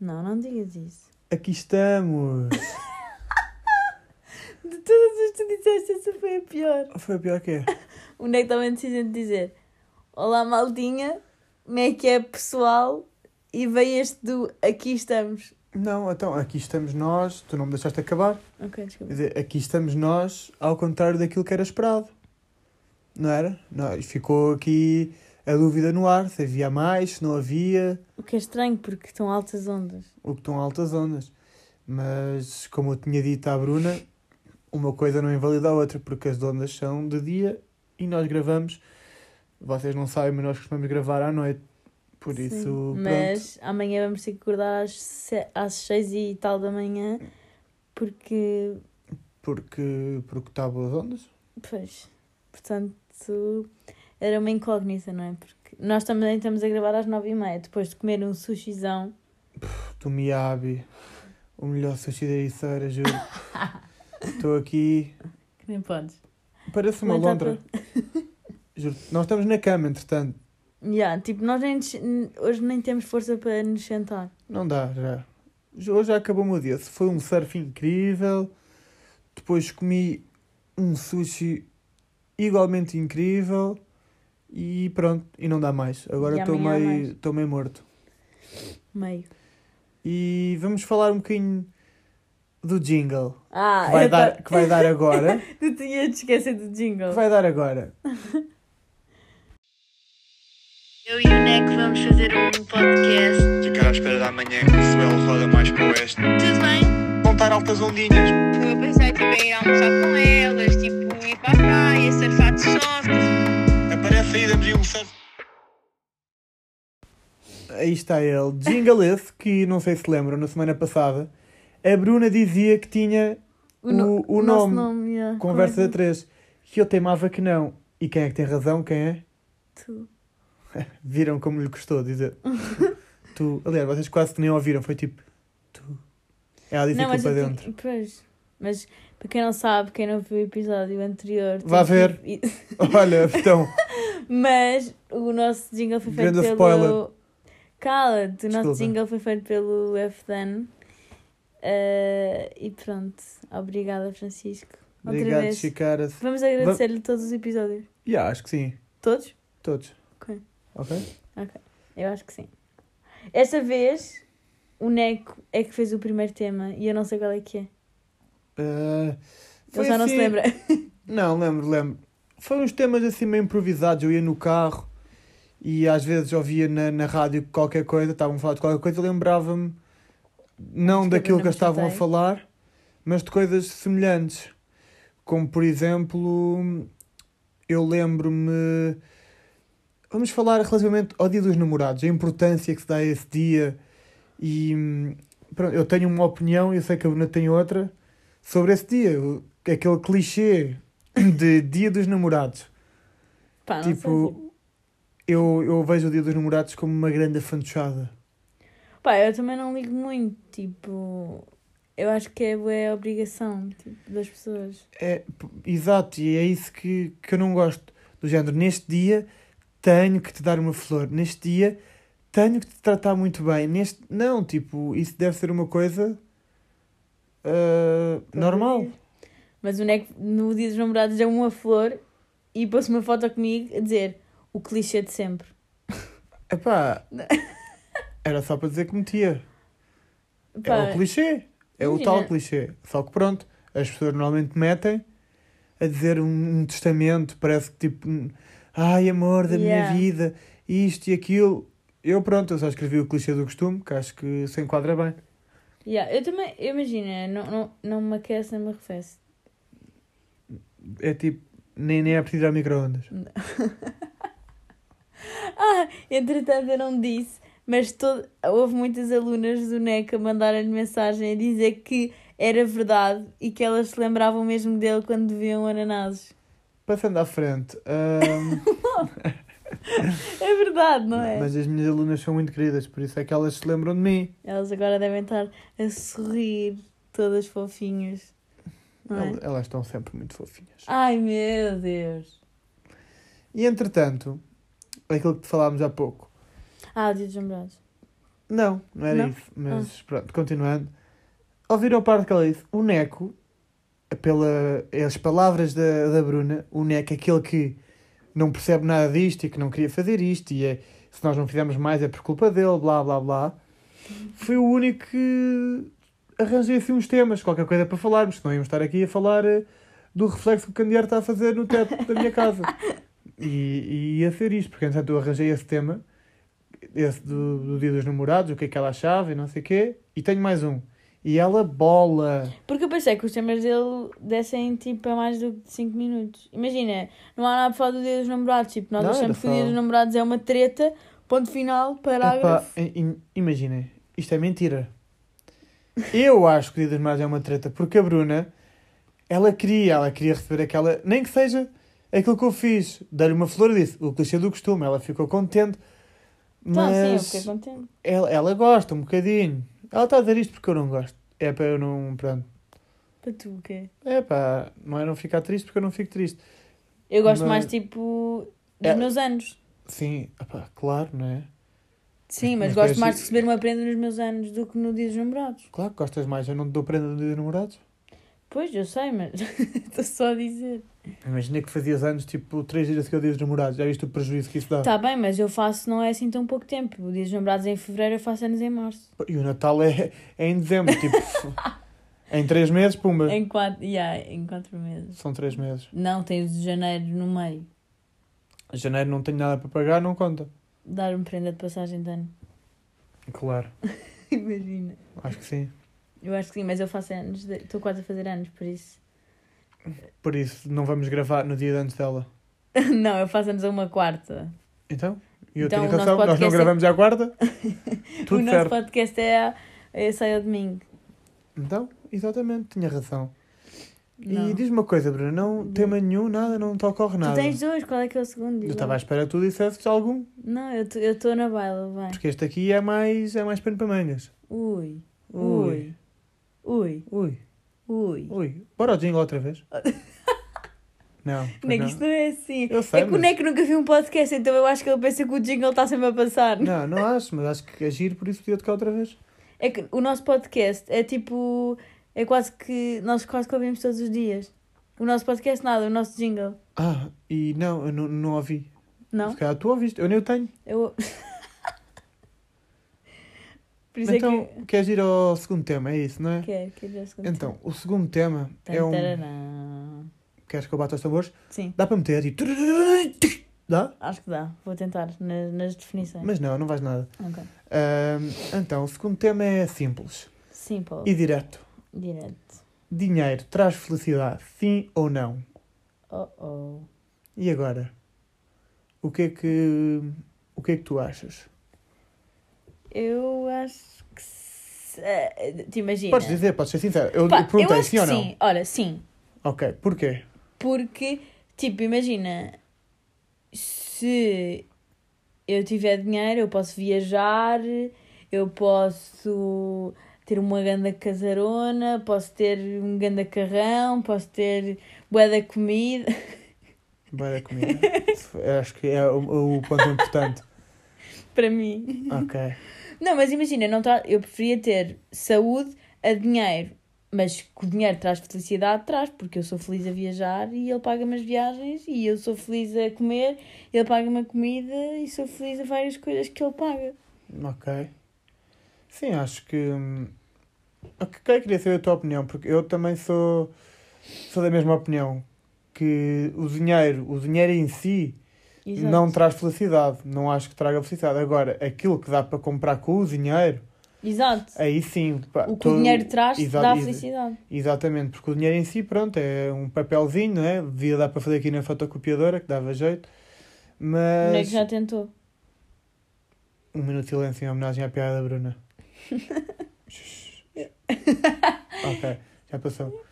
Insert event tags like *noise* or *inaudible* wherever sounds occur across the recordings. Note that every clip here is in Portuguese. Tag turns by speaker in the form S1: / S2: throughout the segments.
S1: Não, não digas isso.
S2: Aqui estamos! *laughs*
S1: De todas as que tu disseste, essa foi a pior.
S2: Foi pior que é.
S1: Onde é que também decidem dizer Olá, maldinha, como é que é, pessoal? E veio este do Aqui estamos.
S2: Não, então, aqui estamos nós, tu não me deixaste acabar.
S1: Ok,
S2: Quer
S1: desculpa.
S2: dizer, aqui estamos nós, ao contrário daquilo que era esperado. Não era? Não, ficou aqui a dúvida no ar, se havia mais, se não havia,
S1: O que é estranho, porque estão altas ondas.
S2: o que estão altas ondas. Mas, como eu tinha dito à Bruna, uma coisa não invalida a outra, porque as ondas são de dia e nós gravamos. Vocês não sabem, mas nós costumamos gravar à noite. Por
S1: Sim.
S2: isso, pronto.
S1: Mas amanhã vamos ter que acordar às, se... às seis e tal da manhã, porque.
S2: Porque, porque estavam as ondas.
S1: Pois. Portanto, era uma incógnita, não é? Porque nós também estamos a gravar às nove e meia, depois de comer um sushizão.
S2: do Miyabi, o melhor sushi da Ericeira,
S1: *laughs*
S2: juro. Estou aqui,
S1: Que nem podes.
S2: parece uma
S1: Mas dá *laughs*
S2: lontra. Juro, nós estamos na cama, entretanto.
S1: Yeah, tipo, nós nem nos- hoje nem temos força para nos sentar.
S2: Não dá, já. Jo- Hoje já acabou o meu dia. Foi um surf incrível. Depois comi um sushi igualmente incrível. E pronto, e não dá mais. Agora
S1: E
S2: estou
S1: amanhã há
S2: meio,
S1: mais.
S2: estou meio morto.
S1: Meio.
S2: E vamos falar um bocadinho do jingle
S1: Ah,
S2: que vai,
S1: eu
S2: dar,
S1: ta-
S2: que vai dar
S1: *laughs*
S2: agora.
S1: Tu tinha de esquecer do jingle.
S2: que vai dar agora.
S3: Eu e o Neco vamos fazer um podcast.
S4: Ficar à espera da manhã que o Suelo roda mais para o oeste.
S3: Tudo bem?
S4: Montar altas ondinhas.
S3: Estou a pensar tipo, em ir almoçar com elas, tipo ir para a praia, surfar de soft.
S4: Aparece aí, damos aí um surf.
S2: Aí está ele. Jingle esse, que não sei se lembram, na semana passada, a Bruna dizia que tinha o,
S1: no-
S2: o
S1: nosso
S2: nome,
S1: yeah.
S2: Conversa
S1: Como é
S2: de Três, que eu teimava que não. E quem é que tem razão? Quem é?
S1: é que tu-
S2: *laughs* Viram como lhe custou
S1: *laughs*
S2: dizer tu. Aliás, vocês quase que nem ouviram, foi tipo tu. É, Ela disse
S1: Não,
S2: aquilo
S1: mas
S2: para
S1: eu
S2: dentro.
S1: tinha- Pois. Mas para quem não sabe, quem não viu o episódio anterior.
S2: Vá
S1: tem que-
S2: *laughs* Olha, então,
S1: Mas o nosso jingle foi feito
S2: Grande
S1: pelo.
S2: spoiler.
S1: Cala-te, o nosso
S2: Desculpa.
S1: jingle foi feito pelo F-Dan. Eh, e pronto. Obrigada, Francisco. *laughs* Outra
S2: obrigado,
S1: vez.
S2: Chicaras.
S1: Vamos agradecer-lhe todos os episódios.
S2: Yeah, acho que sim.
S1: Todos?
S2: Todos.
S1: Ok.
S2: Ok?
S1: Eu acho que sim. Esta vez o Neco é que fez o primeiro tema e eu não sei qual é que é.
S2: Ah, foi
S1: Ele já não se
S2: assim-
S1: lembra. *laughs*
S2: Não, lembro, lembro. Foi uns temas assim meio improvisados. Eu ia no carro e às vezes ouvia na, na rádio qualquer coisa, estavam a falar de qualquer coisa, eu lembrava-me não
S1: Desculpa,
S2: daquilo
S1: não
S2: que
S1: me
S2: eles estavam a
S1: escutei.
S2: falar, mas de coisas semelhantes. Como por exemplo, eu lembro-me. Vamos falar relativamente ao Dia dos Namorados, a importância que se dá a esse dia. E hum, pronto, eu tenho uma opinião e eu sei que a Bruna tem outra sobre esse dia. o- Aquele clichê de Dia dos Namorados.
S1: Pá, não sei, tipo...
S2: tipo, eu, eu vejo o Dia dos Namorados como uma grande afantochada.
S1: Pá, eu também não ligo muito. Tipo, eu acho que é bué a obrigação tipo, das pessoas.
S2: É, p- exato, e é isso que, que eu não gosto. Do género, neste dia tenho que te dar uma flor, neste dia tenho que te tratar muito bem. Neste, não, tipo, isso deve ser uma coisa ah,
S1: para
S2: normal.
S1: viver. Mas o Neco, no dia dos namorados, deu uma flor e pôs uma foto comigo a dizer o clichê de sempre.
S2: Epá, era só para dizer que metia. É
S1: Pá,
S2: o clichê. É o
S1: imagina.
S2: tal clichê. Só que pronto, as pessoas normalmente metem a dizer um, um testamento, parece que tipo, um, ai amor da
S1: Yeah.
S2: minha vida, isto e aquilo. Eu pronto, eu só escrevi o clichê do costume, que acho que se enquadra bem.
S1: yeah, eu também, imagina, não, não, não me aquece nem me arrefece.
S2: É tipo, nem, nem é preciso ir ao micro-ondas.
S1: Ah, entretanto eu não disse, mas todo... houve muitas alunas do NEC a mandarem-lhe mensagem a dizer que era verdade e que elas se lembravam mesmo dele quando viam ananases.
S2: Passando à frente, ahm,
S1: É verdade, *laughs* não é?
S2: mas as minhas alunas são muito queridas, por isso é que elas se lembram de mim.
S1: Elas agora devem estar a sorrir, todas fofinhas. Não é?
S2: El- Elas estão sempre muito fofinhas.
S1: Ai meu Deus!
S2: E entretanto, aquilo que falámos há pouco,
S1: Ah, o dia dos namorados.
S2: Não, não era
S1: Não?
S2: isso. Mas pronto, continuando. Ouviram a parte que ela disse? O Neco, pela, é as palavras da, da Bruna, o Neco é aquele que não percebe nada disto e que não queria fazer isto e é, se nós não fizermos mais é por culpa dele, blá blá blá. Foi o único que arranjei assim uns temas, qualquer coisa para falarmos, senão íamos estar aqui a falar eh, do reflexo que o candeeiro está a fazer no teto da minha casa. E, e ia ser isto, porque entretanto eu arranjei esse tema esse do, do dia dos namorados, o que é que ela achava e não sei o quê. E tenho mais um. E ela bola.
S1: Porque eu pensei que os temas dele dessem tipo a mais do que 5 minutos. Imagina, não há nada para falar do dia dos namorados. Tipo, nós
S2: Não, era
S1: achamos que o dia
S2: só-
S1: dos namorados é uma treta, ponto final,
S2: Epá,
S1: parágrafo.
S2: i- im- imaginem, isto é mentira. Eu acho que o dia dos namorados é uma treta, porque a Bruna, ela queria, ela queria receber aquela, nem que seja aquilo que eu fiz, dar-lhe uma flor e disse, o clichê do costume, ela ficou contente.
S1: Então, sim, eu
S2: Mas
S1: fiquei contente.
S2: ela, ela gosta um bocadinho. Ela está a dizer isto porque eu não gosto. É para eu não, pronto.
S1: Para tu, o quê?
S2: É pá, não é não ficar triste porque eu não fico triste.
S1: Eu gosto
S2: Mas-
S1: mais tipo dos
S2: É.
S1: meus anos.
S2: Sim, opá, claro, não é?
S1: Sim,
S2: *laughs*
S1: mas,
S2: Mas é
S1: gosto
S2: parece-
S1: mais de receber uma prenda nos meus anos do que no dia dos namorados.
S2: Claro que gostas mais, eu não te dou prenda do dia dos namorados.
S1: Pois, eu sei, mas *laughs* estou só a dizer.
S2: Imagina que fazias anos, tipo, três dias a seguir ao dia dos namorados. Já viste o prejuízo que isso dá?
S1: Está Tá bem, mas eu faço não é assim tão pouco tempo. O dia dos namorados é em fevereiro, eu faço anos em março.
S2: E o Natal é, é em
S1: *laughs*
S2: dezembro, tipo... em três meses, pumba.
S1: Em quatro, yeah, em quatro meses.
S2: São três meses.
S1: Não, tem o de janeiro no meio.
S2: Em Janeiro não tenho nada para pagar, não conta.
S1: Dar-me prenda de passagem de ano.
S2: Claro.
S1: Imagina.
S2: Acho que sim.
S1: Eu acho que sim, mas eu faço anos. de- Estou quase a fazer anos, por isso. *laughs*
S2: Por isso, não vamos gravar no dia de antes dela.
S1: não, eu faço anos a uma quarta.
S2: Então? E eu
S1: Então, o nosso
S2: tenho razão, nós não
S1: podcast é-
S2: gravamos
S1: *laughs*
S2: à guarda.
S1: o
S2: Tudo
S1: nosso
S2: certo.
S1: podcast é, a- é sai ao domingo.
S2: Então, exatamente, tinha razão.
S1: Não. Hum.
S2: E diz-me uma coisa, Bruno, não tema nenhum, nada, não te ocorre nada.
S1: Tu tens dois, qual é que é o segundo?
S2: Eu
S1: Diz
S2: estava à
S1: lá.
S2: espera que tu dissesses algum.
S1: Não, eu t- eu estou na baila, vai.
S2: Porque este aqui é mais, é mais pano para mangas.
S1: Ui, ui, ui,
S2: Ui.
S1: ui.
S2: Ui. Bora ao jingle outra vez. não. pois
S1: Não, que
S2: não.
S1: isto não é assim.
S2: Eu sei,
S1: é que o
S2: mas-
S1: Neco nunca viu um podcast, então eu acho que ele pensa que o jingle está sempre a passar.
S2: não, não acho, mas acho que agir por isso podia tocar outra vez.
S1: É que o nosso podcast é tipo. É quase que. Nós quase que ouvimos todos os dias. O nosso podcast nada, o nosso jingle.
S2: Ah, e não, eu não, não ouvi.
S1: Não?
S2: Se calhar tu ouviste, eu nem o tenho.
S1: Eu. *laughs* Por isso
S2: então,
S1: é que.
S2: queres ir ao segundo tema, é isso, não é?
S1: Quer, quer ver o segundo.
S2: Então, o segundo tema
S1: Tan,
S2: é um...
S1: tararã.
S2: Queres que eu bata os tambores?
S1: Sim,
S2: Dá para meter e... Dá?
S1: acho que dá. Vou tentar nas, nas definições.
S2: Mas não, não vais nada.
S1: Ok.
S2: Ahm, então, o segundo tema é simples
S1: Simple.
S2: e direto.
S1: Direto.
S2: Dinheiro traz felicidade, sim ou não?
S1: Oh oh.
S2: E agora? O que é que o que é que tu achas?
S1: Eu acho que. se- eh, Te imagina.
S2: Podes dizer, podes ser sincero. Eu,
S1: Pá,
S2: eu perguntei
S1: eu acho
S2: sim
S1: que
S2: ou não.
S1: Sim, olha, sim.
S2: Ok, porquê?
S1: Porque, tipo, imagina, se eu tiver dinheiro, eu posso viajar, eu posso ter uma ganda casarona, posso ter um ganda carrão, posso ter bué da comida. *laughs*
S2: Vai da comida. acho que é o, o ponto importante.
S1: Para mim.
S2: Ok.
S1: Não, mas imagina, não tra... eu preferia ter saúde a dinheiro. Mas que o dinheiro traz felicidade, traz, porque eu sou feliz a viajar e ele paga-me as viagens, e eu sou feliz a comer, ele paga-me a comida e sou feliz a várias coisas que ele paga.
S2: Ok. Sim, acho que. hum, Ok, queria saber a tua opinião, porque eu também sou, sou da mesma opinião. Que o dinheiro, o dinheiro em si,
S1: Exato.
S2: não traz felicidade. Não acho que traga felicidade. Agora, aquilo que dá para comprar com o dinheiro,
S1: Exato.
S2: aí sim. pá,
S1: O que
S2: todo-
S1: o dinheiro traz
S2: Exato,
S1: dá
S2: É, exa-
S1: felicidade.
S2: Exatamente, porque o dinheiro em si, pronto, é um papelzinho, não é? Devia dar para fazer aqui na fotocopiadora, que dava jeito.
S1: O
S2: Mas.
S1: Nego é já tentou.
S2: Um minuto de silêncio em homenagem à piada da
S1: *laughs*
S2: Bruna. ok, já passou.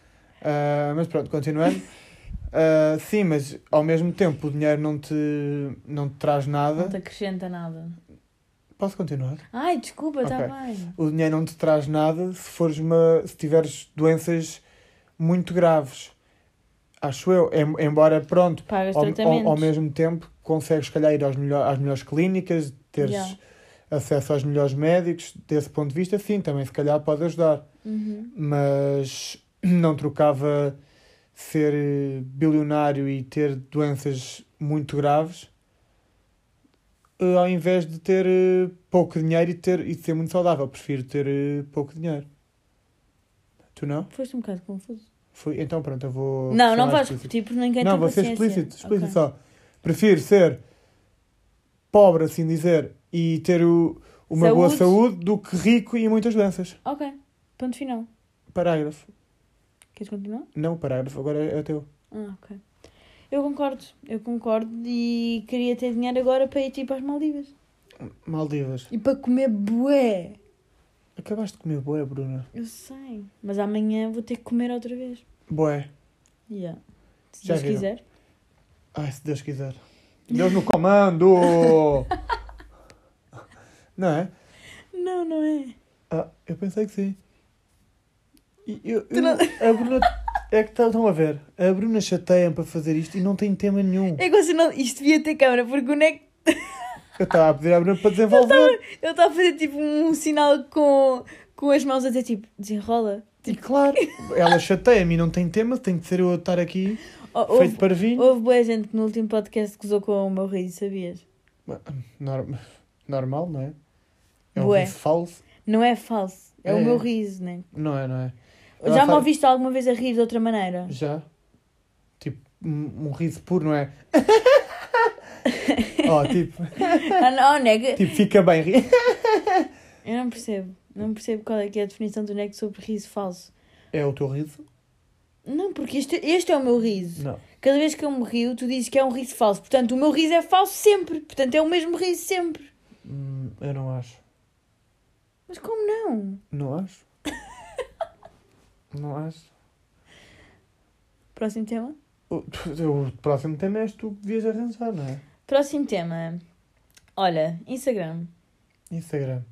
S2: Ah, mas pronto, continuando. Ah, sim, mas ao mesmo tempo o dinheiro não te, não te traz
S1: Não te
S2: nada.
S1: acrescenta nada.
S2: Posso continuar?
S1: Ai, desculpa, está
S2: Ok.
S1: bem.
S2: O dinheiro não te traz nada se fores uma, se tiveres doenças muito graves. Acho eu. Em- Embora, pronto,
S1: Pagas
S2: ao, ao-
S1: tratamentos.
S2: ao mesmo tempo consegues, se calhar, ir aos melhor, às melhores clínicas, teres
S1: Yeah.
S2: acesso aos melhores médicos, desse ponto de vista, sim, também se calhar pode ajudar.
S1: Uhum.
S2: Mas não trocava ser eh, bilionário e ter doenças muito graves eh, ao invés de ter eh, pouco dinheiro e, ter, e ser muito saudável. Prefiro ter eh, pouco dinheiro. Tu não?
S1: Foste um bocado confuso.
S2: Foi? Então pronto, eu vou.
S1: não,
S2: ser
S1: não
S2: mais
S1: vais
S2: explícito.
S1: repetir porque ninguém
S2: Não,
S1: tem
S2: vou ser
S1: paciência.
S2: explícito, explícito
S1: Ok.
S2: só. Prefiro ser pobre, assim dizer, e ter o- uma boa
S1: Saúde.
S2: saúde do que rico e muitas doenças.
S1: Ok, ponto final.
S2: Parágrafo.
S1: Queres continuar?
S2: Não, parágrafo, agora é o teu.
S1: Ah, ok. Eu concordo, eu concordo e queria ter dinheiro agora para ir tipo às Maldivas.
S2: Maldivas.
S1: E para comer bué.
S2: Acabaste de comer boé, Bruna.
S1: Eu sei, mas amanhã vou ter que comer outra vez.
S2: Boé.
S1: Yeah. Se
S2: Já
S1: Deus
S2: viram.
S1: quiser.
S2: Ai, se Deus quiser. Deus no comando! *laughs* Não é?
S1: Não, não é.
S2: Ah, eu pensei que sim. E eu-
S1: Tu não-
S2: eu- a Bruna. É que tá- estão a ver. A Bruna chateia para fazer isto e não tem tema nenhum.
S1: É que você não... Isto devia ter câmera, porque o Neco...
S2: Eu estava a pedir à Bruna para desenvolver.
S1: Ele está a fazer tipo um sinal com, com as mãos até tipo, desenrola.
S2: E claro, ela chateia-me e não tem tema, tem de ser eu a estar aqui,
S1: Oh,
S2: feito
S1: houve,
S2: para vir.
S1: houve boa gente que no último podcast gozou com o meu riso, sabias?
S2: Norm- normal, não é? É um
S1: Bué.
S2: riso falso.
S1: Não é falso. É,
S2: É.
S1: o meu riso, né?
S2: Não é, não é? Ela
S1: Já me
S2: faz-
S1: ouviste alguma vez a rir de outra maneira?
S2: Já. Tipo, um, um riso
S1: *laughs*
S2: puro, não é? oh, tipo,
S1: ah, não, nega.
S2: tipo, fica bem rir.
S1: Eu não percebo. Não percebo qual é que é a definição do Neco sobre riso falso.
S2: É o teu riso?
S1: Não, porque este, este é o meu riso.
S2: Não.
S1: Cada vez que eu me rio, tu dizes que é um riso falso. Portanto, o meu riso é falso sempre. Portanto, é o mesmo riso sempre.
S2: Hum, eu não acho.
S1: Mas como não?
S2: Não acho. não acho.
S1: Próximo tema?
S2: O, o próximo tema és tu que devias arranjar, não é?
S1: Próximo tema. Olha, Instagram.
S2: Instagram.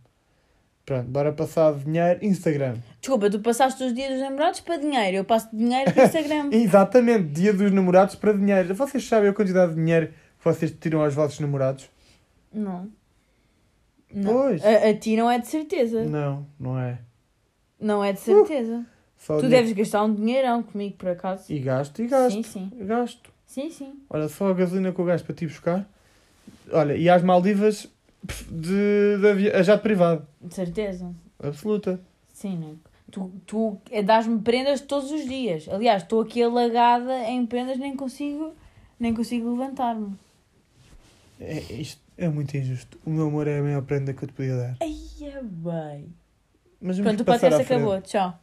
S2: Pronto, bora passar de dinheiro. Instagram.
S1: Desculpa, tu passaste os dias dos namorados para dinheiro. Eu passo dinheiro para Instagram.
S2: *laughs* Exatamente, dia dos namorados para dinheiro. Vocês sabem a quantidade de dinheiro que vocês tiram aos vossos namorados?
S1: Não. Não.
S2: Pois.
S1: A, a ti não é de certeza. Não,
S2: Não, não é.
S1: é de certeza.
S2: Só
S1: Tu
S2: dia-
S1: deves gastar um dinheirão comigo, por acaso.
S2: E gasto, e Uh. gasto.
S1: Sim, sim.
S2: Gasto.
S1: Sim, sim.
S2: Olha, só a gasolina que eu gasto para te ir buscar. Olha, e às Maldivas pff, de, de avi- a jato privado.
S1: De certeza.
S2: Absoluta.
S1: Sim, Nico. Tu, tu eh, dás-me prendas todos os dias. Aliás, estou aqui alagada em prendas, nem consigo, nem consigo levantar-me.
S2: É, isto é muito injusto. O meu amor é a maior prenda que eu te podia dar.
S1: Ai, é bem.
S2: Mas vamos
S1: Pronto, o
S2: passar à
S1: podcast
S2: frente.
S1: acabou. Tchau.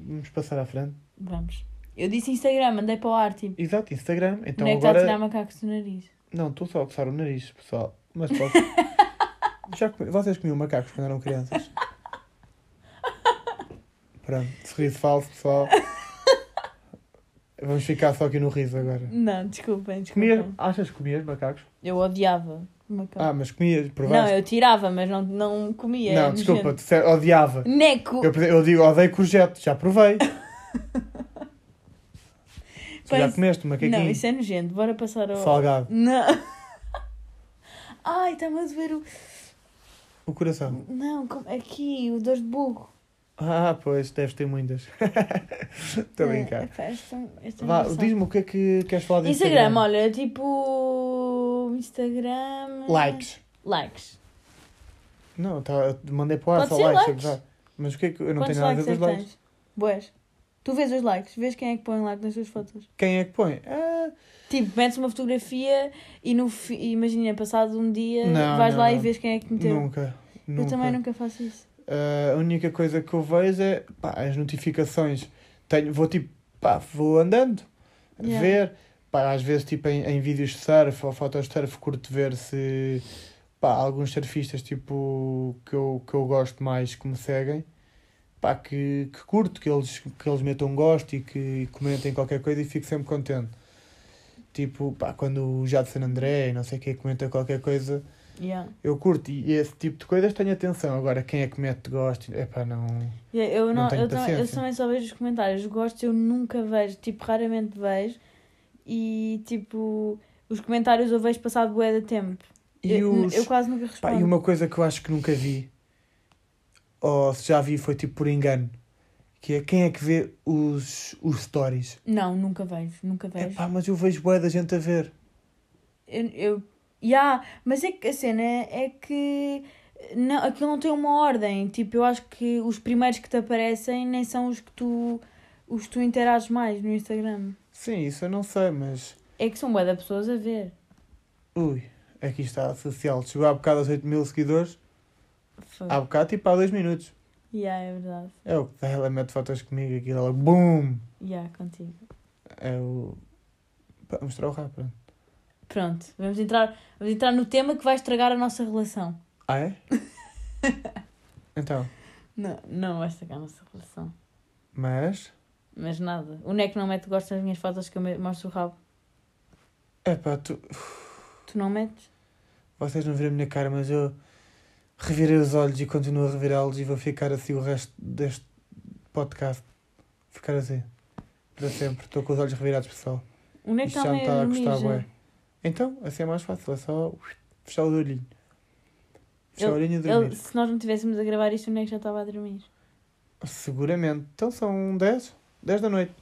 S2: Vamos passar à frente.
S1: Vamos. Eu disse Instagram, mandei para o Arti.
S2: Exato, Instagram. Então
S1: Onde é que está a tirar
S2: agora...
S1: macacos do nariz?
S2: Não, estou só a coçar o nariz, pessoal.
S1: *laughs*
S2: Mas posso... Já comi- Vocês comiam macacos quando
S1: *laughs*
S2: eram crianças? Pronto, sorriso
S1: *laughs*
S2: falso, pessoal. Vamos ficar só aqui no riso agora.
S1: Não, desculpem,
S2: Comias,
S1: desculpem.
S2: achas que comias macacos?
S1: Eu odiava macacos.
S2: Ah, mas comias,
S1: não,
S2: provaste?
S1: eu tirava, mas não, não comia.
S2: Não,
S1: era
S2: desculpa,
S1: nojento.
S2: tu disse- odiava.
S1: Neco.
S2: Eu, eu digo, odeio courgette, já provei.
S1: *laughs*
S2: Tu já
S1: Parece-
S2: comeste um macaquinho?
S1: Não, isso é nojento. Bora passar ao...
S2: Salgado.
S1: Não. *laughs* Ai, está-me a doer o...
S2: O coração.
S1: Não, como- é aqui, o dor de burro.
S2: Ah, pois, deves ter muitas. *laughs* Estou a
S1: É,
S2: brincar.
S1: epá, esta- esta
S2: Vá,
S1: noção.
S2: diz-me o que é que queres falar de
S1: Instagram,
S2: Instagram.
S1: olha, tipo... Instagram...
S2: Likes.
S1: Likes.
S2: Não, tá, eu te mandei para o ar
S1: Pode
S2: só
S1: ser
S2: likes.
S1: likes.
S2: já. Mas o que é que... Eu não
S1: Quantos
S2: tenho nada a ver
S1: likes
S2: com
S1: é
S2: os
S1: que
S2: likes.
S1: tens? Boas. Tu vês os likes, vês quem é que põe like nas tuas fotos.
S2: Quem é que põe? Ah,
S1: Tipo, metes uma fotografia e no fi... imagina, passado um dia,
S2: Não,
S1: vais
S2: não,
S1: lá e
S2: não.
S1: vês quem é que meteu.
S2: nunca.
S1: Eu
S2: nunca.
S1: também nunca faço isso.
S2: Ah, a única coisa que eu vejo é pá, as notificações. Tenho, vou tipo, pá, vou andando,
S1: Yeah.
S2: ver. Pá, às vezes, tipo, em, em vídeos de surf ou fotos de surf, curto ver se pá, alguns surfistas tipo, que, eu, que eu gosto mais que me seguem. Pá, que, que curto, que eles, que eles metam gosto e que comentem qualquer coisa e fico sempre contente. Tipo, pá, quando o Jado San André e não sei quem comenta qualquer coisa,
S1: Yeah.
S2: eu curto e esse tipo de coisas tenho atenção. Agora, quem é que mete gosto? É pá, não.
S1: Yeah, Eu,
S2: Não
S1: não,
S2: tenho
S1: eu, também, eu
S2: paciência.
S1: também só vejo os comentários. Gosto, eu nunca vejo, tipo, raramente vejo. E tipo, os comentários eu vejo passado bué de tempo.
S2: E
S1: eu,
S2: os...
S1: eu quase nunca respondo.
S2: Pá, e uma coisa que eu acho que nunca vi, ou se já vi, foi tipo por engano, que é quem é que vê os, os stories.
S1: Não, nunca vejo, nunca
S2: É
S1: vejo.
S2: pá, mas eu vejo boé da gente a ver.
S1: Eu, eu... Ya, mas é que a cena é que não, aquilo não tem uma ordem. Tipo, eu acho que os primeiros que te aparecem nem são os que tu, os que tu interages mais no Instagram.
S2: Sim, isso eu não sei, mas.
S1: É que são bué de pessoas a ver.
S2: Ui, aqui está a social. Chegou há bocado aos 8 mil seguidores,
S1: Fogo.
S2: há bocado tipo há 2 minutos.
S1: Ya, é verdade.
S2: É o que dá, ela mete fotos comigo aqui, ela BUM!
S1: Ya, contigo.
S2: É o. Pá, mostrar o rap, pronto.
S1: Pronto, vamos entrar, vamos entrar no tema que vai estragar a nossa relação.
S2: Ah é? *laughs* então,
S1: Não, não vai estragar a nossa relação.
S2: mas.
S1: Mas nada. O Neco não mete gosto nas minhas fotos que eu me- mostro o rabo.
S2: É pá, tu.
S1: Tu não metes?
S2: Vocês não viram a minha cara, mas eu revirei os olhos e continuo a revirá-los e vou ficar assim o resto deste podcast. Ficar assim. Para sempre. Estou com os olhos revirados, pessoal.
S1: O Neco
S2: Isto
S1: está
S2: já me
S1: meio
S2: está a
S1: dormir
S2: gostar,
S1: já.
S2: ué. Então, assim é mais fácil. É só fechar o olhinho. Fechar o
S1: Ele-
S2: olhinho e
S1: Ele,
S2: dormir.
S1: se nós não tivéssemos a gravar isto, o Neco já estava a dormir.
S2: Seguramente. Então são 10? 10 da noite.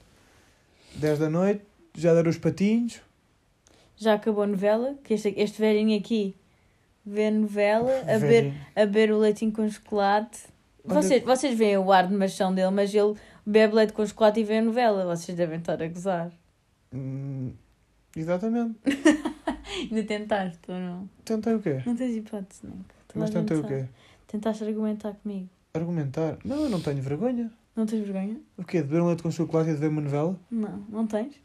S2: 10 da noite. Já deram os patinhos.
S1: Já acabou a novela, que este, este velhinho aqui vê a novela, a beber,
S2: Verem.
S1: a beber o leitinho com chocolate.
S2: Olha-
S1: Vocês, vocês veem o ar de machão dele, mas ele bebe leite com chocolate e vê a novela. Vocês devem estar a gozar.
S2: Hum, exatamente.
S1: Ainda tentaste ou não?
S2: Tentei o quê?
S1: Não tens hipótese, Neco. Toda
S2: Mas
S1: a gente
S2: tentei o
S1: sabe.
S2: quê?
S1: Tentaste argumentar comigo.
S2: Argumentar. Não, eu não tenho vergonha.
S1: Não tens vergonha?
S2: O quê? De beber um leite com chocolate e de ver uma novela?
S1: Não. Não tens?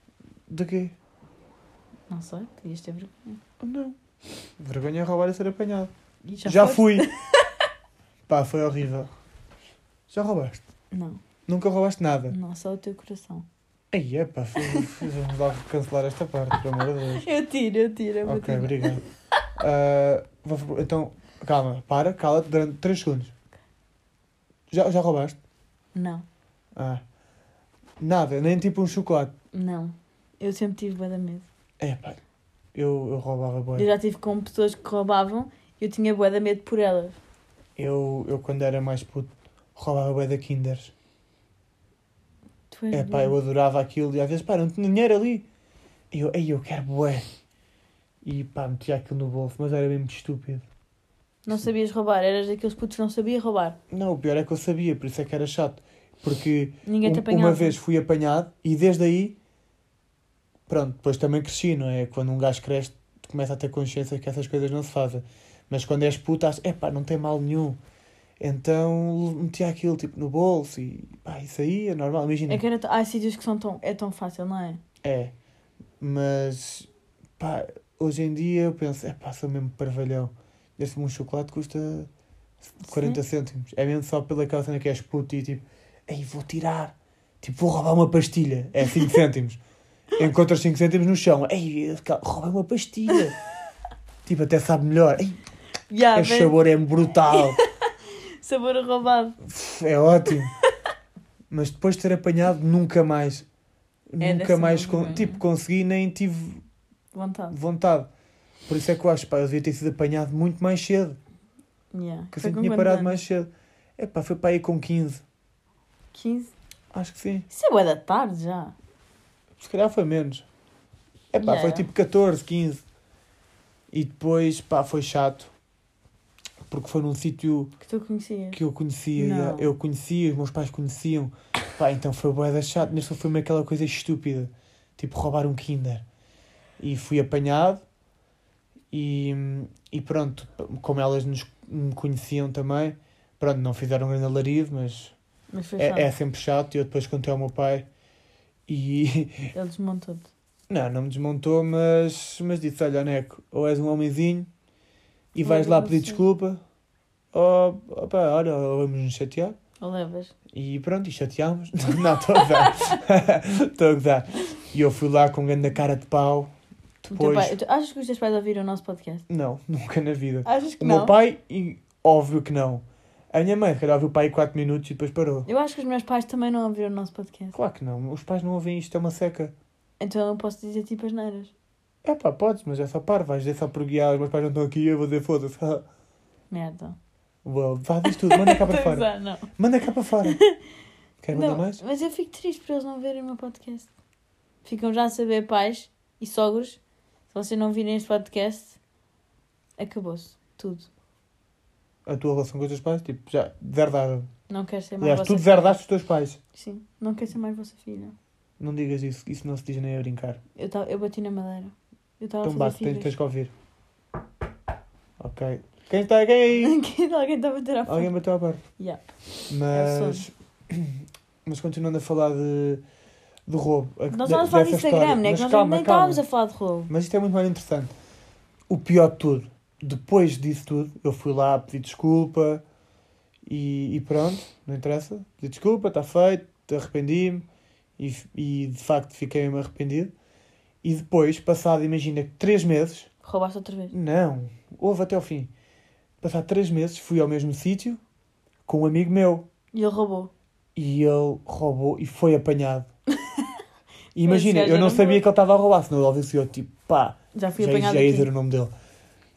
S2: De quê? Oh,
S1: Não sei. Podias ter vergonha.
S2: Não. Vergonha é roubar e ser apanhado.
S1: E
S2: Já,
S1: foste? *laughs*
S2: fui. Pá, foi horrível. Já roubaste.
S1: Não.
S2: Nunca roubaste nada.
S1: Não, só o teu coração.
S2: Aí, é pá, vamos lá cancelar esta parte, pelo amor de Deus.
S1: *laughs* Eu tiro, eu tiro. *laughs* Eu vou
S2: Ok,
S1: tirar.
S2: obrigado. Ah, vou- então, calma, para, cala-te durante 3 segundos. Já, já roubaste?
S1: Não.
S2: Ah. Nada, nem tipo um chocolate.
S1: Não. Eu sempre tive bué da medo.
S2: É pá, eu, eu roubava boa.
S1: Eu já tive com pessoas que roubavam e eu tinha bué da medo por elas.
S2: Eu, eu quando era mais puto, roubava bué da Kinders.
S1: Tu és
S2: É pá, eu
S1: doido.
S2: adorava aquilo e às vezes, pá, não tinha dinheiro ali. E eu, ei, eu quero bué. E pá, metia aquilo no bolso, mas era mesmo estúpido.
S1: Não sabias roubar. Eras daqueles putos que não sabia roubar.
S2: Não, o pior é que eu sabia, por isso é que era chato. Porque
S1: Ninguém te
S2: um-
S1: apanhava.
S2: uma vez fui apanhado e desde aí, pronto, depois também cresci, não é? Quando um gajo cresce, tu começa a ter consciência que essas coisas não se fazem. Mas quando és puta, achas, é pá, não tem mal nenhum. Então metia aquilo tipo no bolso e pá, isso aí é normal, imagina.
S1: É que era t- Há sítios que são tão... É tão fácil, não é?
S2: É, mas pá, hoje em dia eu penso, é pá, sou mesmo parvalhão. Desse-me um chocolate custa 40 cêntimos. É mesmo só pela aquela cena que és puto e tipo, ei, vou tirar, tipo, vou roubar uma pastilha. É 5
S1: *laughs*
S2: cêntimos. Encontras 5 cêntimos no chão, ei, cal- roubei
S1: *laughs*
S2: uma pastilha. tipo, até sabe melhor. Ei,
S1: Ya,
S2: este
S1: vem-
S2: sabor é brutal,
S1: sabor a roubado.
S2: é ótimo. Mas depois de ter apanhado, nunca mais.
S1: É,
S2: nunca
S1: dessa
S2: mais,
S1: vergonha.
S2: con- tipo, consegui, nem tive
S1: Vontade.
S2: vontade. Por isso é que eu acho, pá, eu devia ter sido apanhado muito mais cedo.
S1: Ya.
S2: Que
S1: Foi
S2: eu sempre
S1: com
S2: tinha
S1: quantos
S2: parado
S1: anos?
S2: mais cedo. É pá, foi para aí com 15.
S1: 15?
S2: Acho que sim.
S1: Isso é bué da tarde já.
S2: Se calhar foi menos. É pá, foi
S1: Yeah.
S2: tipo 14, 15. E depois, pá, foi chato. Porque foi num sítio
S1: Que tu conhecias.
S2: que eu conhecia,
S1: Não.
S2: yeah, eu conhecia, os meus pais conheciam. Pá, então foi bué da chato, mas só foi-me aquela coisa estúpida, tipo roubar um Kinder. E fui apanhado e, e pronto, como elas nos me conheciam também, pronto, não fizeram grande alarido, mas
S1: Mas foi chato.
S2: é, é sempre chato. E eu depois contei ao meu pai e *laughs*
S1: Ele desmontou-te.
S2: não, não me desmontou, mas, mas disse: Olha, Neco, ou és um homenzinho e vais
S1: Olha,
S2: lá
S1: não
S2: pedir
S1: sei.
S2: desculpa, ou, ou pá, olha, ou vamos nos chatear.
S1: Ou levas?
S2: E pronto, e chateámos. *laughs* Não, estou a gozar. Estou a gozar. E eu fui lá com grande cara de pau.
S1: O teu
S2: Depois.
S1: pai- tu- Achas que os teus pais ouviram o nosso podcast?
S2: Não, *laughs* nunca na vida.
S1: Achas que
S2: O
S1: não?
S2: meu pai, e óbvio que não. A minha mãe, se calhar, ouviu o pai 4 minutos e depois parou.
S1: Eu acho que os meus pais também não ouviram o nosso podcast.
S2: Claro que não. Os pais não ouvem isto, é uma seca.
S1: Então eu posso dizer tipo as neiras.
S2: É pá, podes, mas é só par, vais dizer só por guiar, os meus pais não estão aqui, eu vou dizer foda-se. *laughs*
S1: Merda.
S2: Uau, vá, diz tudo,
S1: *laughs*
S2: manda cá para
S1: Pois
S2: fora.
S1: é, não.
S2: Manda cá
S1: *laughs*
S2: para fora. Quer mandar
S1: Não,
S2: mais?
S1: Mas eu fico triste por eles não verem o meu podcast. Ficam já a saber, pais e sogros, se vocês não virem este podcast, acabou-se. Tudo.
S2: A tua relação com os teus pais, tipo, já deserdaram.
S1: Não quero ser mais
S2: Aliás,
S1: vossa
S2: tu deserdaste os teus pais.
S1: Sim, não quero ser mais vossa filha.
S2: Não digas isso, isso não se diz nem a brincar.
S1: Eu, ta- eu bati na madeira. Eu estava a fazer
S2: Então bate, tens,
S1: figas.
S2: tens que ouvir. Ok. Quem está? Quem
S1: *laughs*
S2: aí?
S1: Alguém estava a bater à porta.
S2: Alguém bateu à porta.
S1: Yeah.
S2: Mas. *clears throat* Mas continuando a falar de. de roubo. a-
S1: Nós
S2: de-
S1: estávamos a falar de
S2: dessa
S1: Instagram,
S2: história.
S1: né?
S2: Mas
S1: Que nós
S2: calma,
S1: nem
S2: calma.
S1: estávamos a falar de roubo.
S2: Mas isto é muito mais interessante. O pior de tudo, depois disso tudo, eu fui lá pedir desculpa e, e pronto, não interessa. Pedi desculpa, está feito, arrependi-me e, e de facto fiquei mesmo arrependido. E depois, passado, imagina, três meses,
S1: Roubaste outra vez.
S2: não, houve até ao fim. Passado três meses, fui ao mesmo sítio com um amigo meu
S1: E ele roubou.
S2: e ele roubou e foi apanhado.
S1: *laughs*
S2: E Imagina,
S1: gajo
S2: eu não
S1: era
S2: sabia
S1: bom.
S2: que ele estava a roubar, senão ele obviamente eu tipo, pá,
S1: Já fui
S2: já,
S1: apanhado
S2: já é ia dizer
S1: aqui.
S2: o nome dele.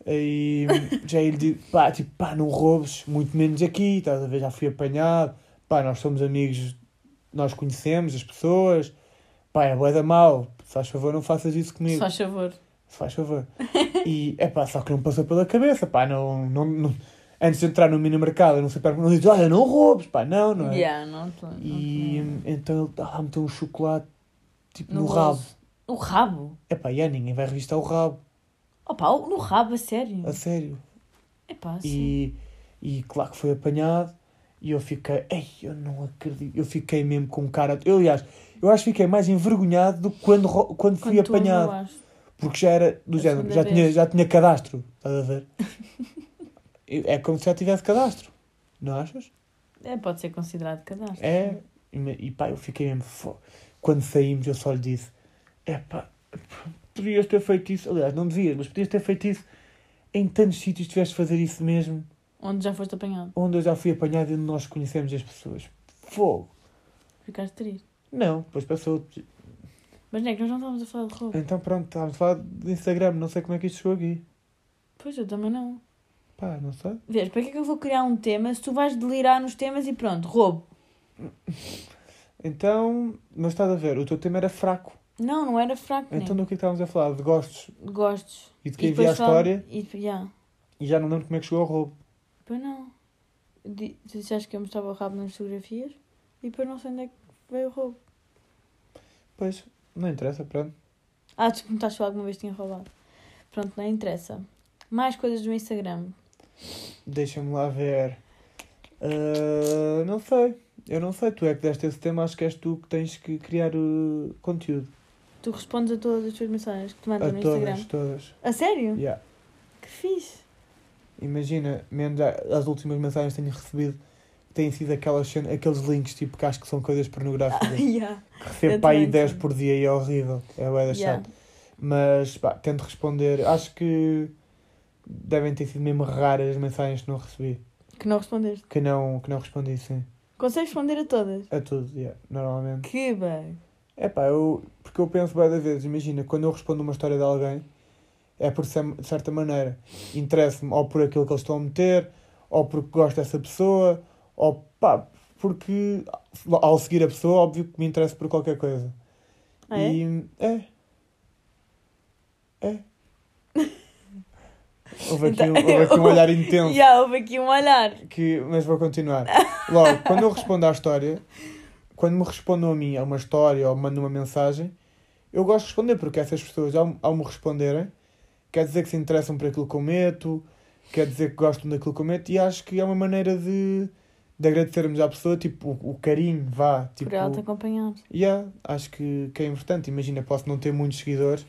S2: Aí já ele disse, pá, tipo, pá, não roubes, muito menos aqui, estás a ver, já fui apanhado, pá, nós somos amigos, nós conhecemos as pessoas, pá, é bué da mal, se faz favor não faças isso
S1: Se
S2: comigo,
S1: faz favor.
S2: se faz favor. E, é pá, só que não passou pela cabeça, pá, não, não, não- antes de entrar no minimercado, eu não sei para não disse, olha, não roubes, pá, não, não é?
S1: Yeah, não te- não te-
S2: E então ele, ah, meteu um chocolate, tipo,
S1: No
S2: no, rabo.
S1: bolso. O rabo?
S2: É pá, e ninguém vai revistar o rabo,
S1: Opa, o- no rabo, a sério?
S2: a sério.
S1: É pá, sim.
S2: E, e claro que foi apanhado. E eu fiquei, ei, eu não acredito. Eu fiquei mesmo com cara. Eu, aliás, eu acho que fiquei mais envergonhado do que quando, rou- quando fui
S1: Quando tu
S2: apanhado.
S1: roubaste.
S2: Porque já era do
S1: A
S2: género,
S1: segunda
S2: já tinha,
S1: vez.
S2: já tinha cadastro, estás a
S1: *laughs*
S2: ver? Eu- é como se já tivesse cadastro, não achas?
S1: É, pode ser considerado cadastro.
S2: É. E, me- e pá, eu fiquei mesmo. fo- Quando saímos, eu só lhe disse: é pá, podias ter feito isso. Aliás, não devias, mas podias ter feito isso em tantos sítios, tiveste de fazer isso mesmo.
S1: Onde já foste apanhado.
S2: onde eu já fui apanhado e onde nós conhecemos as pessoas. Fogo!
S1: Ficaste triste.
S2: Não, depois passou.
S1: Mas não é que nós não estávamos a falar de roubo.
S2: Então pronto, estávamos a falar de Instagram, não sei como é que isto chegou aqui.
S1: Pois, eu também não.
S2: Pá, não sei.
S1: Vês, para que é que eu vou criar um tema se tu vais delirar nos temas e pronto, roubo.
S2: Então, mas estás a ver, o teu tema era fraco.
S1: Não, não era fraco, nem.
S2: Então do que é que estávamos a falar? De gostos
S1: Gostos.
S2: e de quem
S1: E
S2: via a
S1: depois falo-
S2: história
S1: E, yeah.
S2: e já não lembro como é que chegou ao roubo.
S1: Pois não. Di- Tu disseste que eu mostrava o rabo nas fotografias e depois não sei onde é que veio o roubo.
S2: Pois, não interessa, pronto.
S1: Ah, tu perguntaste se eu alguma vez tinha roubado. Pronto, não interessa. Mais coisas do Instagram.
S2: Deixa-me lá ver. Ah, não sei. Eu não sei, tu é que deste esse tema, acho que és tu que tens que criar o conteúdo.
S1: Tu respondes a todas as tuas mensagens que te mandam
S2: A
S1: no
S2: todas,
S1: Instagram.
S2: todas.
S1: A sério?
S2: Yeah.
S1: Que
S2: *laughs*
S1: fixe.
S2: Imagina, menos a- as últimas mensagens que tenho recebido que têm sido aquelas, cena- aqueles links tipo que acho que são coisas
S1: *laughs*
S2: pornográficas.
S1: Ah, Yeah.
S2: que recebo para aí
S1: também
S2: 10
S1: sim.
S2: por dia e é horrível. É bué da
S1: Yeah.
S2: chato. Mas pá, tento responder. Acho que devem ter sido mesmo raras as mensagens que não recebi.
S1: Que não respondeste.
S2: Que não, que não respondi, sim.
S1: Consegues responder a todas?
S2: A tudo, yeah, normalmente.
S1: Que bem.
S2: É pá, eu, porque eu penso bué da vez, imagina, quando eu respondo uma história de alguém, é por ser, de certa maneira, interessa-me ou por aquilo que eles estão a meter, ou porque gosto dessa pessoa, ou pá, porque ao seguir a pessoa, óbvio que me interessa por qualquer coisa.
S1: Ah, é?
S2: E é.
S1: *laughs*
S2: É. Houve aqui, um,
S1: Então,
S2: houve aqui
S1: *laughs*
S2: um
S1: eu-
S2: olhar intenso.
S1: Já houve aqui um olhar.
S2: Que, mas vou continuar. Logo, quando eu respondo à história, quando me respondam a mim a uma história ou mandam uma mensagem, eu gosto de responder, porque essas pessoas, ao, ao me responderem, quer dizer que se interessam por aquilo que eu meto, quer dizer que gostam daquilo que eu meto, e acho que é uma maneira de, de agradecermos à pessoa, tipo, o, o carinho, vá. Tipo,
S1: Por ela te acompanhar.
S2: Yeah, acho que, que é importante. Imagina, posso não ter muitos seguidores,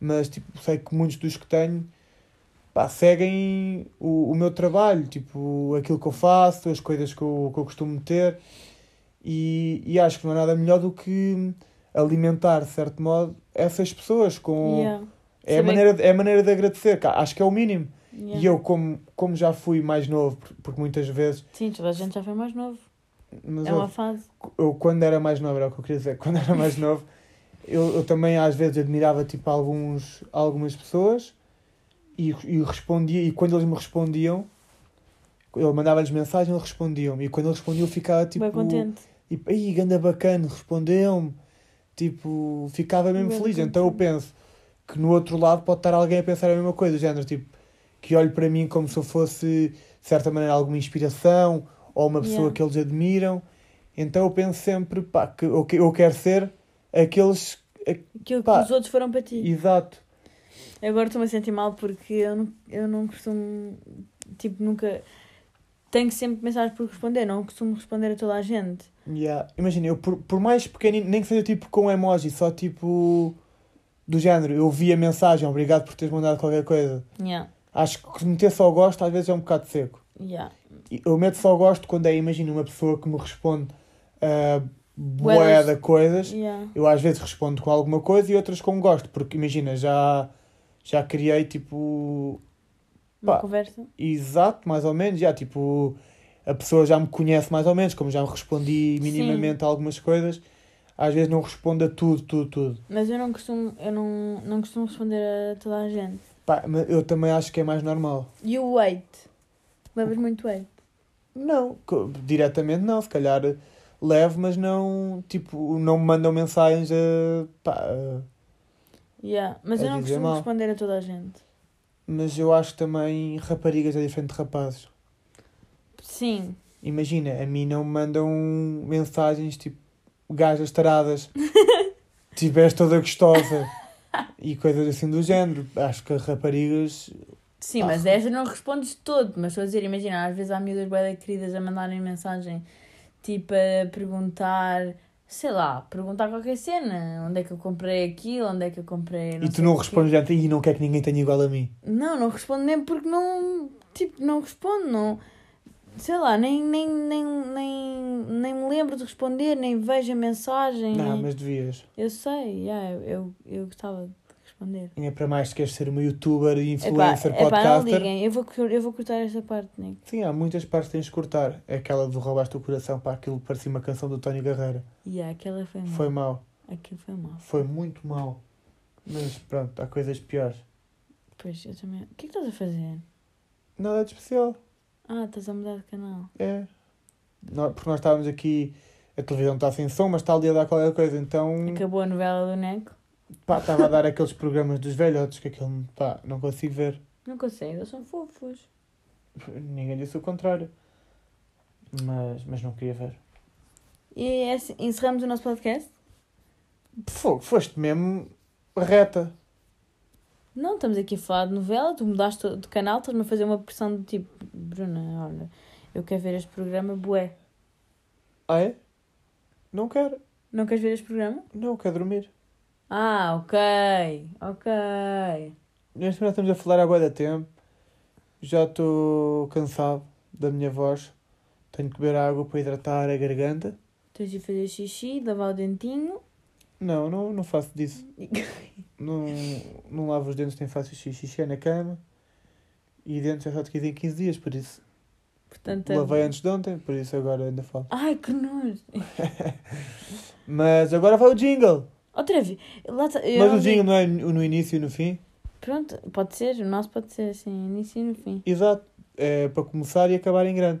S2: mas tipo, sei que muitos dos que tenho pá, seguem o, o meu trabalho, tipo, aquilo que eu faço, as coisas que eu, que eu costumo ter. E, e acho que não há nada melhor do que alimentar, de certo modo, essas pessoas. Com...
S1: Yeah.
S2: É, a
S1: Saber-
S2: maneira, de- é a maneira de agradecer, cá, acho que é o mínimo.
S1: Yeah.
S2: E eu, como, como já fui mais novo, por- porque muitas vezes.
S1: Sim, toda a gente já foi mais novo.
S2: mas
S1: É
S2: eu-
S1: uma fase.
S2: *laughs* eu quando era mais novo, era o que eu queria dizer, quando era mais novo, Eu, eu também às vezes admirava tipo alguns, algumas pessoas e, e respondia, e quando eles me respondiam, eu mandava-lhes mensagem, eles respondiam. E quando eles respondiam, eu ficava tipo.
S1: Bem contente.
S2: Tipo, aí, ganda bacana, respondeu-me. Tipo, ficava mesmo
S1: Bué
S2: feliz.
S1: contente.
S2: Então eu penso que no outro lado pode estar alguém a pensar a mesma coisa, do género, tipo, que olhe para mim como se eu fosse, de certa maneira, alguma inspiração ou uma pessoa
S1: Yeah.
S2: que eles admiram. Então eu penso sempre, pá, que eu, que- eu quero ser aqueles. a-
S1: Aquilo que
S2: Pá.
S1: os outros foram para ti.
S2: Exato.
S1: Agora estou-me a sentir mal porque eu não, eu não costumo. Tipo, nunca. Tenho sempre mensagens por responder, não costumo responder a toda a gente.
S2: Yeah. Imagina, eu por, por mais pequenino, nem que seja tipo com emoji, só tipo. do género, eu vi a mensagem, obrigado por teres mandado qualquer coisa.
S1: Yeah,
S2: Acho que se meter só gosto às vezes é um bocado seco.
S1: yeah.
S2: E Eu meto só gosto quando é, imagina, uma pessoa que me responde uh, boé
S1: Buenas.
S2: de coisas.
S1: yeah.
S2: Eu às vezes respondo com alguma coisa e outras com gosto, porque imagina, já, já criei tipo.
S1: Uma
S2: Pá.
S1: conversa.
S2: Exato, mais ou menos, já tipo. A pessoa já me conhece mais ou menos, como já respondi minimamente a algumas coisas. Às vezes não respondo a tudo, tudo, tudo.
S1: Mas eu não costumo, eu não, não costumo responder a toda a gente.
S2: Pá, mas eu também acho que é mais normal.
S1: E o wait? Levas muito wait?
S2: Não, co- diretamente não, se calhar levo, mas não, tipo, não me mandam mensagens a, pá, a-
S1: Yeah. Mas
S2: A
S1: eu não
S2: dizer
S1: costumo
S2: mal.
S1: responder a toda a gente.
S2: mas eu acho também raparigas é diferente de rapazes.
S1: Sim.
S2: Imagina, a mim não me mandam mensagens tipo gajas
S1: *laughs*
S2: taradas, tipo és toda gostosa e coisas assim do género. Acho que raparigas,
S1: Sim,
S2: Ah.
S1: mas esta não respondes todo. Mas estou a dizer, imagina, às vezes há miúdas bué da queridas a mandarem mensagem tipo a perguntar, sei lá, perguntar qualquer cena. Onde é que eu comprei aquilo? Onde é que eu comprei.
S2: e tu
S1: sei
S2: não
S1: o quê.
S2: respondes já, e não quer que ninguém tenha igual a mim.
S1: Não, não respondo nem porque não. Tipo, não respondo, não. Sei lá, nem, nem, nem, nem, nem me lembro de responder, nem vejo a mensagem.
S2: Não,
S1: nem-
S2: mas devias.
S1: Eu sei, yeah, eu, eu, eu gostava de responder.
S2: Ainda é para mais se queres ser uma youtuber,
S1: Epá,
S2: influencer,
S1: epá, não
S2: podcaster.
S1: liguem, eu vou, cor- eu vou cortar esta parte, Nick.
S2: Sim, há muitas partes que tens de cortar. Aquela do roubaste o coração para aquilo que parecia uma canção do Tony Carreira.
S1: Yeah, aquela foi mal.
S2: Foi mau.
S1: Aquilo foi mal.
S2: Foi muito mau. Mas pronto, há coisas piores.
S1: Pois, eu também. O que é que estás a fazer?
S2: Nada de especial.
S1: Ah, estás a mudar de canal.
S2: É. Nó- Porque nós estávamos aqui. A televisão está sem som, mas está ali a dar qualquer coisa. Então,
S1: Acabou a novela do Neco.
S2: pá, estava a dar aqueles programas dos velhotes que aquilo, pá, não consigo ver.
S1: Não consegue, eles são fofos.
S2: Ninguém disse o contrário. Mas, mas não queria ver.
S1: E é assim, encerramos o nosso podcast?
S2: Fogo, foste mesmo reta.
S1: Não, estamos aqui a falar de novela, tu mudaste de canal, estás-me a fazer uma pressão do tipo, Bruna, olha, eu quero ver este programa, bué.
S2: Ah, é? Não quero.
S1: Não queres ver este programa?
S2: Não, quero dormir.
S1: Ah, ok, ok.
S2: Neste momento estamos a falar há bué da tempo. Já estou cansado da minha voz. Tenho que beber água para hidratar a garganta.
S1: Tens de fazer xixi, lavar o dentinho.
S2: Não, não, não faço
S1: *laughs*
S2: disso. Não, não lavo os dentes nem faço xixi, xixi é na cama. E dentes é só de 15 em 15 dias, por isso.
S1: Portanto, é-
S2: Lavei antes de ontem, por isso agora ainda falo.
S1: Ai, que nojo.
S2: Mas agora vai o jingle.
S1: Outra vez. Lá tá- eu
S2: Mas
S1: não
S2: o
S1: vi-
S2: jingle não é no no início e no fim.
S1: Pronto, pode ser. O nosso pode ser assim, início e no fim.
S2: Exato. É para começar e acabar em grande.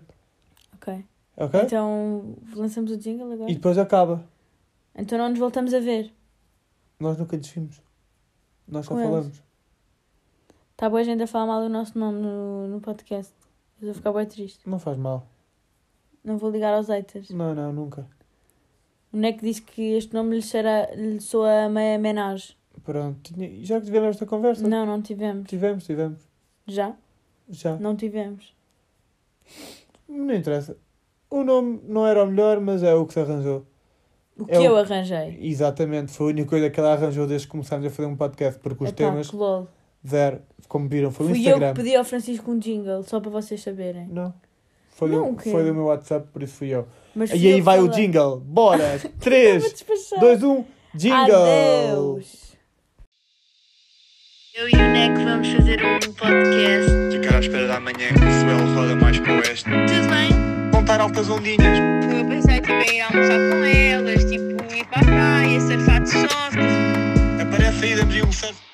S1: Ok.
S2: Ok?
S1: Então, lançamos o jingle agora.
S2: E depois acaba.
S1: Então não nos voltamos a ver.
S2: Nós nunca desfimos. Nós só
S1: Com eles.
S2: falamos.
S1: Está Tá boa a gente a falar mal do nosso nome no, no podcast. Eu vou ficar bem triste.
S2: Não faz mal.
S1: Não vou ligar aos haters.
S2: Não, não, nunca.
S1: O Neco disse que este nome lhe, cheira, lhe soa a meia homenagem.
S2: Pronto. Tinha- Já que tivemos esta conversa?
S1: Não, não tivemos.
S2: Tivemos, tivemos.
S1: Já?
S2: Já.
S1: Não tivemos.
S2: Não. interessa. O nome não era o melhor, mas é o que se arranjou.
S1: O que
S2: É o-
S1: eu arranjei.
S2: Exatamente. Foi a única coisa que ela arranjou desde que começámos a fazer um podcast, porque os
S1: Epá,
S2: temas,
S1: que lol.
S2: zero. Como viram, foi o
S1: Fui eu
S2: Instagram.
S1: que pedi ao Francisco um jingle, só para vocês saberem.
S2: Não. Foi,
S1: Não, o
S2: do,
S1: quê?
S2: foi do meu WhatsApp, por isso fui eu.
S1: Mas fui
S2: E
S1: eu
S2: aí
S1: que
S2: vai o
S1: falei. *laughs*
S2: jingle. Bora!
S1: Vou
S2: 3,
S1: despachar.
S2: 2, 1. Jingle!
S1: Adeus.
S3: Eu e o Neco vamos fazer um podcast.
S4: Ficar à espera da manhã que o Suelo roda mais para o oeste.
S3: Tudo bem?
S4: Contar altas ondinhas.
S3: Vou pensar tipo, em ir almoçar com elas, tipo,
S5: ir para a praia, surfar de soft.
S3: Aparece aí, damos aí um surf.